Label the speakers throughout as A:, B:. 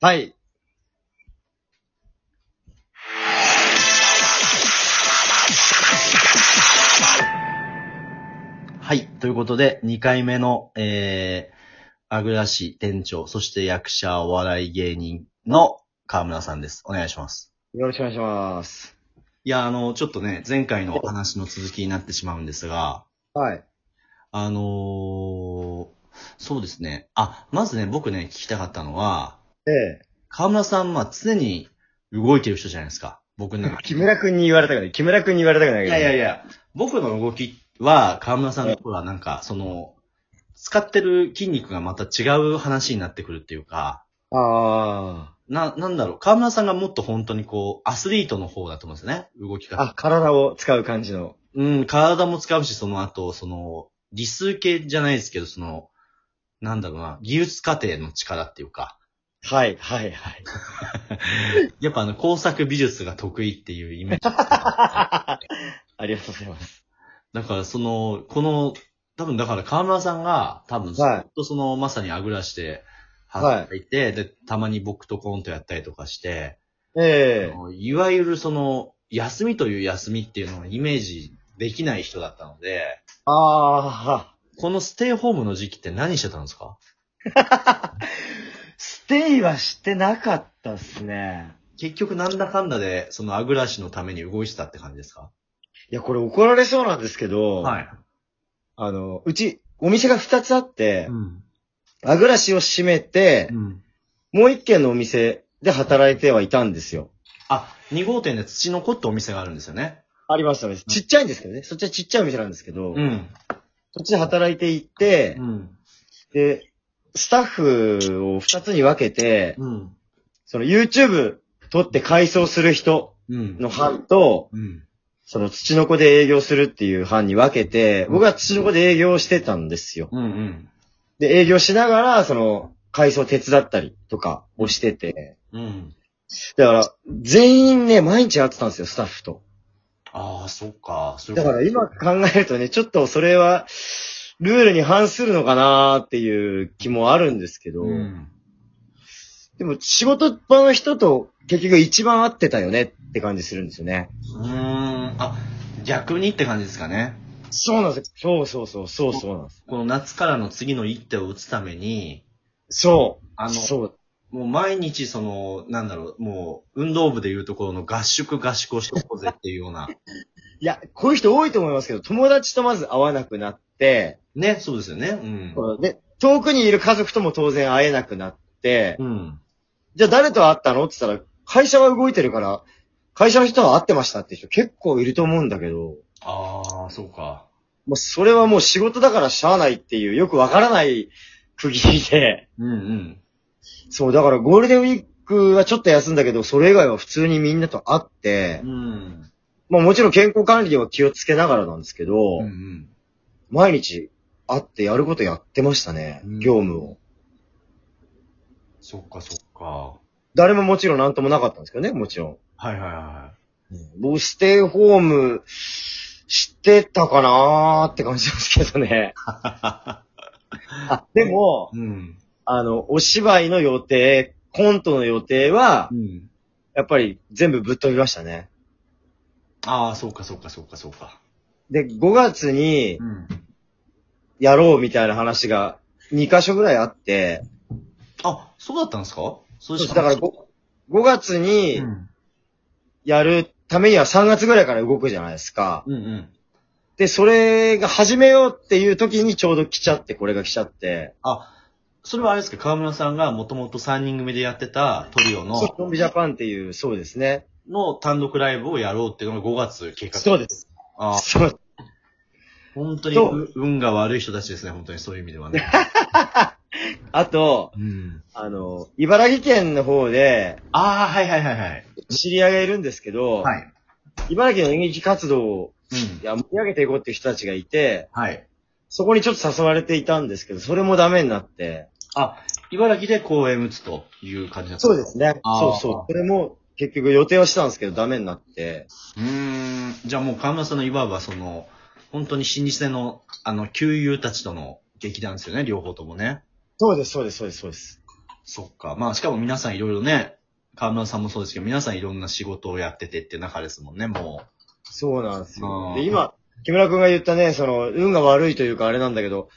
A: はい。はい。ということで、2回目の、えー、あぐら市店長、そして役者、お笑い芸人の河村さんです。お願いします。
B: よろしくお願いします。
A: いや、あの、ちょっとね、前回のお話の続きになってしまうんですが、
B: はい。
A: あのー、そうですね。あ、まずね、僕ね、聞きたかったのは、
B: え
A: 河村さん、まあ、常に動いてる人じゃないですか。僕の
B: え。 木村くんに言われたくない。木村くんに言われたくない
A: い
B: けど。
A: やいやいや、僕の動きは、河村さんの頃はなんか、その、使ってる筋肉がまた違う話になってくるっていうか、
B: あ
A: な、なんだろう、河村さんがもっと本当にこう、アスリートの方だと思うんですよね、動き
B: あ。
A: 方
B: あ、。体を使う感じの。
A: うん、体も使うし、その後、その、理数系じゃないですけど、その、なんだろうな、技術過程の力っていうか、
B: はい、はい、はい。
A: やっぱあの、工作美術が得意っていうイメージ。
B: ありがとうございます。
A: だからその、この、多分だから河村さんが、多分ず
B: はい
A: っとその、まさにあぐらして、
B: はい
A: 働いて、で、たまに僕とコントやったりとかして、
B: ええ
A: あのいわゆるその、休みという休みっていうのをイメージできない人だったので、
B: ああ。
A: このステイホームの時期って何してたんですか
B: ステイはしてなかったっすね。
A: 結局なんだかんだで、そのあぐらしのために動いてたって感じですか
B: いや、これ怒られそうなんですけど、
A: はい。
B: あの、うち、お店が2つあって、
A: ん。
B: あぐらしを閉めて
A: う、ん。
B: もう1軒のお店で働いてはいたんですよ。
A: あ、2号店で土の子ってお店があるんですよね。
B: ありましたね。ちっちゃいんですけどね。そっちはちっちゃいお店なんですけど、
A: ん。
B: そっちで働いていって、
A: うん。
B: で、スタッフを二つに分けて、
A: うん。
B: その YouTube 撮って改装する人
A: うん。
B: の班と、
A: うん。
B: その土の子で営業するっていう班に分けて、僕は土の子で営業してたんですよ。
A: うんうん。
B: で、営業しながら、その、改装手伝ったりとかをしてて、
A: うん。
B: だから、全員ね、毎日会ってたんですよ、スタッフと。
A: ああ、そっか。そういう
B: だ
A: こ
B: か
A: と
B: ら今考えるとね、ちょっとそれは、ルールに反するのかなーっていう気もあるんですけど、
A: うん。
B: でも仕事場の人と結局一番合ってたよねって感じするんですよね。
A: うーん。あ、逆にって感じですかね。
B: そうなんですよ。そうそうそう、そうそうなんです。
A: この夏からの次の一手を打つために、
B: そう。
A: あの、
B: そう。
A: もう毎日その、なんだろう、もう、運動部でいうところの合宿合宿をしてこうぜっていうよう な。
B: いや、こういう人多いと思いますけど、友達とまず会わなくなって、
A: ね、そうですよね。うん。
B: で、遠くにいる家族とも当然会えなくなって、
A: うん。
B: じゃあ誰と会ったのって言ったら、会社は動いてるから、会社の人は会ってましたって人結構いると思うんだけど、
A: ああ、そうか。
B: もうそれはもう仕事だからしゃあないっていう、よくわからない区切りで、
A: うんうん。
B: そう、だからゴールデンウィークはちょっと休んだけど、それ以外は普通にみんなと会って、
A: うん。
B: まあもちろん健康管理は気をつけながらなんですけど、
A: うんうん。
B: 毎日会ってやることやってましたね、
A: うん
B: 業務を。
A: そっかそっか。
B: 誰ももちろんなんともなかったんですけどね、もちろん。
A: はいはいは
B: 僕、ステイホームしてたかなーって感じなんですけ どね。あでも、
A: い。うん。
B: あの、お芝居の予定、コントの予定は
A: う、ん。
B: やっぱり全部ぶっ飛びましたね。
A: ああ、そうかそうかそうかそうか。
B: で、5月に
A: う、ん。
B: やろうみたいな話が2箇所ぐらいあって、
A: あ、そうだったんですかそう
B: だから 5, 月に
A: うん。
B: やるためには3月ぐらいから動くじゃないですか。
A: うんうん。
B: で、それが始めようっていう時にちょうど来ちゃって、これが来ちゃって。
A: それはあれですか河村さんがもともと3人組でやってたトリオの
B: そう、、ゾンビジャパンっていう、そうですね。
A: の単独ライブをやろうっていうのが5月計画。
B: そうです。
A: ああ、
B: そう。
A: 本当に
B: そう
A: う運が悪い人たちですね、本当にそういう意味ではね。
B: あと、
A: うん。
B: あの、茨城県の方で
A: ああ、はいはいはいはい。
B: 知り合いがいるんですけど、
A: はい。
B: 茨城の演劇活動を
A: うん
B: い。や盛り上げていこうっていう人たちがいて、
A: はい。
B: そこにちょっと誘われていたんですけど、それもダメになって、
A: 茨城で公演打つという感じだった
B: そうですね。
A: あー
B: そうそう。それも結局予定はしたんですけどダメになって。
A: うーん。じゃあもう河村さんのいわばその、本当に新日戦の、あの、旧友たちとの劇団ですよね、両方ともね。
B: そうです、そうです、そうです、そうです。
A: そっか。まあ、しかも皆さんいろいろね、河村さんもそうですけど、皆さんいろんな仕事をやっててって中ですもんね、も
B: そうなんですよ。
A: う
B: で、
A: ん
B: 今、木村くんが言ったね、その、運が悪いというかあれなんだけど、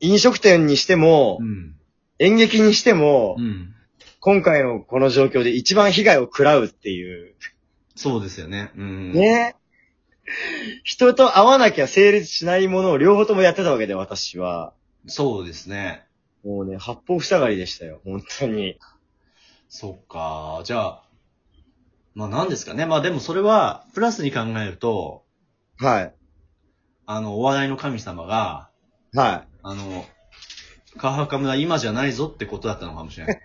B: 飲食店にしても
A: う。う、ん。
B: 演劇にしても、
A: うん。
B: 今回のこの状況で一番被害を食らうっていう。
A: そうですよね。うん。
B: ね。人と会わなきゃ成立しないものを両方ともやってたわけで、私は。
A: そうですね。
B: もうね、八方塞がりでしたよ、本当に。
A: そっか。じゃあ、まあ何ですかね。まあでもそれは、プラスに考えると、
B: は
A: あの、お笑いの神様が、
B: い。は
A: あの、川上村今じゃないぞってことだったのかもしれ ない。
B: い。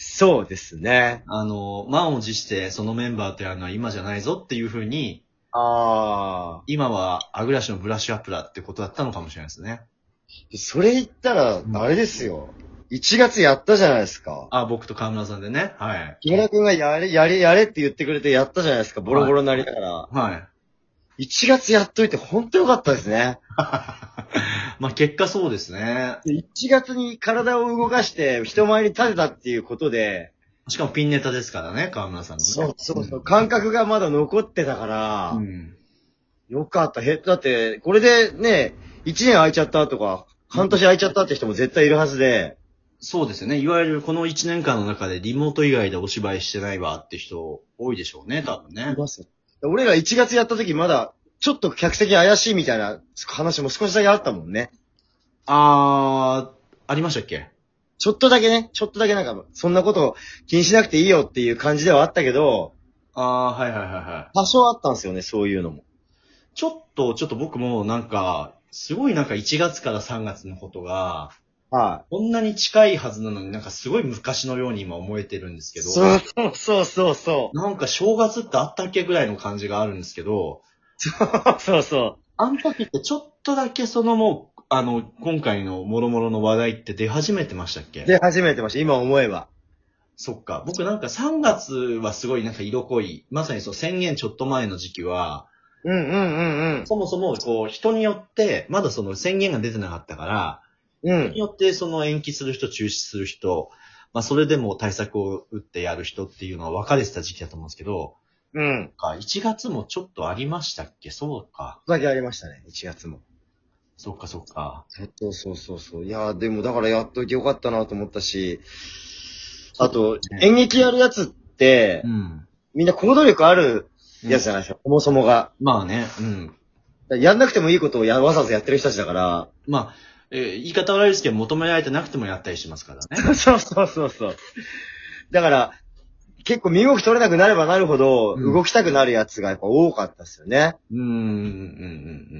B: そうですね。
A: あの、満を持してそのメンバーとやるのは今じゃないぞっていうふうに、
B: あ
A: 今はアグラシのブラッシュアップだってことだったのかもしれないですね。
B: あ。それ言ったら、あれですよ。1月やったじゃないですか。
A: あ、僕と河村さんでね。はい。
B: 木村くんがやれ、やれ、やれって言ってくれてやったじゃないですか。ボロボロになりながら。
A: はい。
B: 1月やっといて本当よかったですね。
A: まあ結果そうですね。
B: 1月に体を動かして人前に立てたっていうことで、
A: しかもピンネタですからね、河村さんのね。
B: そうそうそう、感覚がまだ残ってたから、
A: うん。
B: よかった。へ、だって、これでね、1年空いちゃったとか、半年空いちゃったって人も絶対いるはずで、
A: そうですよね。いわゆるこの1年間の中でリモート以外でお芝居してないわって人多いでしょうね、多分ね。
B: ます俺ら1月やった時まだ、ちょっと客席怪しいみたいな話も少しだけあったもんね。
A: あー、ありましたっけ
B: ちょっとだけね、ちょっとだけなんか、そんなこと気にしなくていいよっていう感じではあったけど、
A: あー、はいはいはいはい。
B: 多少あったんですよね、そういうのも。
A: ちょっと、ちょっと僕もなんか、すごいなんか1月から3月のことが、
B: は
A: こんなに近いはずなのになんかすごい昔のように今思えてるんです
B: い。
A: けど、
B: そうそうそうそう。
A: なんか正月ってあったっけぐらいの感じがあるんですけど、
B: そうそ
A: あの時ってちょっとだけそのもう、あの、今回の諸々の話題って出始めてましたっけ
B: う。で、初めてました。今思えば。
A: そっか。僕なんか3月はすごいなんか色濃い。まさにそう宣言ちょっと前の時期は、
B: うんうんうん
A: そもそもこう人によって、まだその宣言が出てなかったから、
B: うん。
A: 人
B: う
A: に
B: ん。
A: よってその延期する人、中止する人、まあそれでも対策を打ってやる人っていうのは分かれてた時期だと思うんですけど、
B: うん。
A: か1月もちょっとありましたっけそうか。
B: だけありましたね、1月も。
A: そっかそっか。
B: そうそうそうそう。いやーでもだからやっといてよかったなと思ったし、あと、演劇やるやつって、
A: うん。
B: みんな行動力あるやつじゃないですか、そもそもが。
A: まあね、うん。
B: やんなくてもいいことをやわざわざやってる人たちだから。
A: まあ、えー言い方悪いですけど、求められてなくてもやったりしますからね。
B: そうそうそうそう。だから、結構身動き取れなくなればなるほど、
A: うん
B: 動きたくなるやつがやっぱ多かったですよね。
A: うーん、うん、う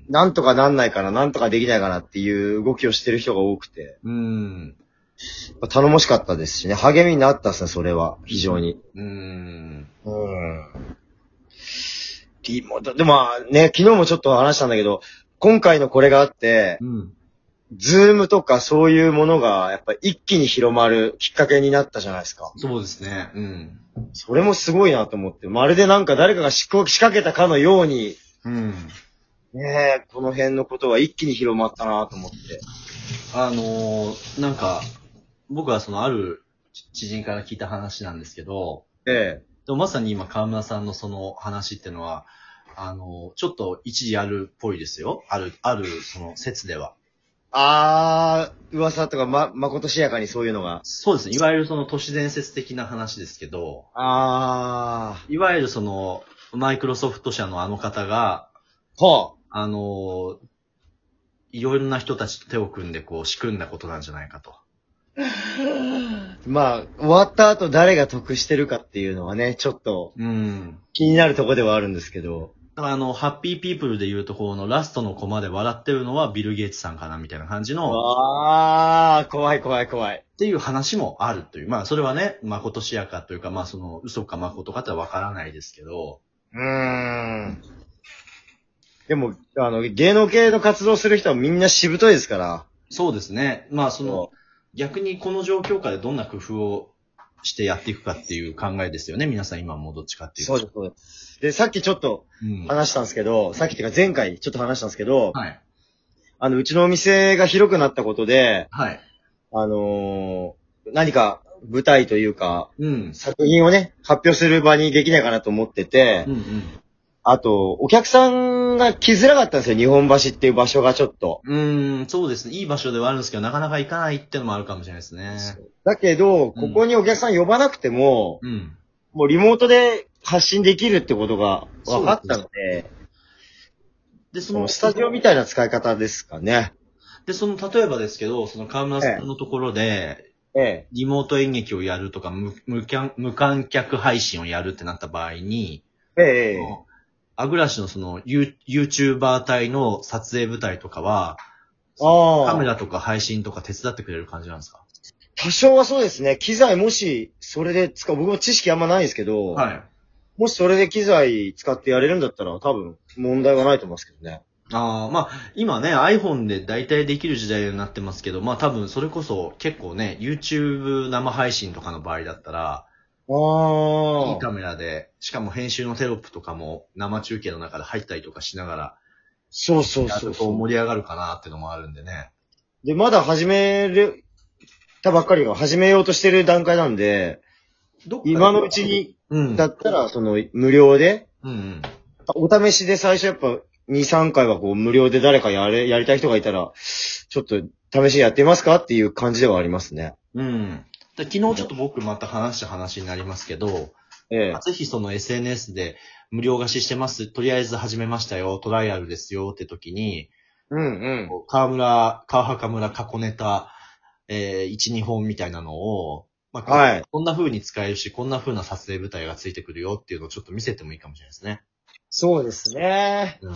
A: ん、
B: なんとかなんないかな、なんとかできないかなっていう動きをしてる人が多くて、
A: うん。うーん、
B: やっぱ頼もしかったですしね、励みになったっすね、それは。非常に。
A: うーん。
B: うん。リモート、でもまあね、昨日もちょっと話したんだけど、今回のこれがあって、
A: うん。
B: ズームとかそういうものが、やっぱ一気に広まるきっかけになったじゃないですか。
A: そうですね。うん。
B: それもすごいなと思って、まるでなんか誰かが仕掛仕掛けたかのように、
A: うん。
B: ねえ、この辺のことは一気に広まったなと思って。
A: あのーなんか、僕はそのある知人から聞いた話なんですけど、
B: ええ。
A: でもまさに今河村さんのその話ってのは、あのーちょっと一時あるっぽいですよ。ある、ある、その説では。
B: あー、噂とかま、まことしやかにそういうのが。
A: そうですね。いわゆるその都市伝説的な話ですけど、
B: あ
A: いわゆるその、マイクロソフト社のあの方が、
B: ー。は
A: あの、いろんな人たちと手を組んでこう仕組んだことなんじゃないかと。
B: あ。まあ、終わった後誰が得してるかっていうのはね、ちょっと
A: うん。
B: 気になるとこではあるんですけど。
A: だからあの、ハッピーピープルでいうところのラストのコマで笑ってるのはビル・ゲイツさんかなみたいな感じの、っ
B: あー、怖い怖い怖い。
A: ていう話もあるという。まあそれはね、まことしやかというか、まあその嘘かまことかってわからないですけど、
B: うーん。でも、あの、芸能系の活動する人はみんなしぶといですから。
A: そうですね。まあその
B: そ、
A: 逆にこの状況下でどんな工夫をしてやっていくかっていう考えですよね。皆さん今もどっちかっていうと。
B: そうです、そうです。で、さっきちょっと
A: うん。は
B: 話したんですけど、さっきっていうか前回ちょっと話したんですけど、
A: い。
B: あの、うちのお店が広くなったことで、
A: はい。
B: あのー何か舞台というか、
A: うん。
B: 作品をね、発表する場にできないかなと思ってて、
A: うんうん。
B: あと、お客さんが来づらかったんですよ、日本橋っていう場所がちょっと。
A: うーん、そうですね。いい場所ではあるんですけど、なかなか行かないってのもあるかもしれないですね。
B: だけど、ここにお客さん呼ばなくても、
A: うん。
B: もうリモートで発信できるってことが分かったので、
A: で、そ
B: その
A: の、
B: スタジオみたいな使い方ですかね。
A: で、その、例えばですけど、その河村さんのところで、
B: ええ。
A: リモート演劇をやるとか、無無観無観客配信をやるってなった場合に、そ
B: ええ。
A: のアグラシのその、ユー YouTuber 隊の撮影部隊とかは、
B: ああ。
A: カメラとか配信とか手伝ってくれる感じなんですか
B: 多少はそうですね。機材もし、それで使う、僕も知識あんまないんですけど、
A: はい。
B: もしそれで機材使ってやれるんだったら多分問題はないと思いますけどね。
A: ああ、まあ、今ね、iPhone で大体できる時代になってますけど、まあ多分それこそ結構ね、YouTube 生配信とかの場合だったら、いい
B: ああ。
A: カメラで、しかも編集のテロップとかも生中継の中で入ったりとかしなが
B: そうそう
A: ら、や
B: そ
A: る
B: う
A: と
B: そ
A: 盛り上がるかなってのもあるんでね。
B: う。で、まだ始める、たばっかりが始めようとしてる段階なんで、
A: どっかで
B: 今のうち、に、
A: うん。
B: だったらその無料で、
A: うんうん。
B: お試しで最初やっぱ2、3回はこう無料で誰かやれ、やりたい人がいたら、ちょっと試しやってみますかっていう感じではありますね。
A: うん。だ昨日ちょっと僕また話した話になりますけど、
B: ええ
A: まあ。ぜひその SNS で無料貸ししてます、とりあえず始めましたよ、トライアルですよって時に、
B: うんうん。
A: 河村、川墓村過去ネタ、えー、1、2本みたいなのを、まあ、
B: はい
A: こんな風に使えるし、こんな風な撮影部隊がついてくるよっていうのをちょっと見せてもいいかもしれないですね。
B: そうですね。
A: うん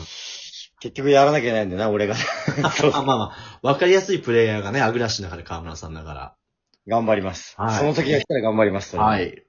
B: 結局やらなきゃいけないんだな、俺が。そう
A: あまあまあ、わかりやすいプレイヤーがね、アグラシの中で川村さんだか
B: 頑張ります。
A: はい
B: その時が来たら頑張ります。
A: ら。はい。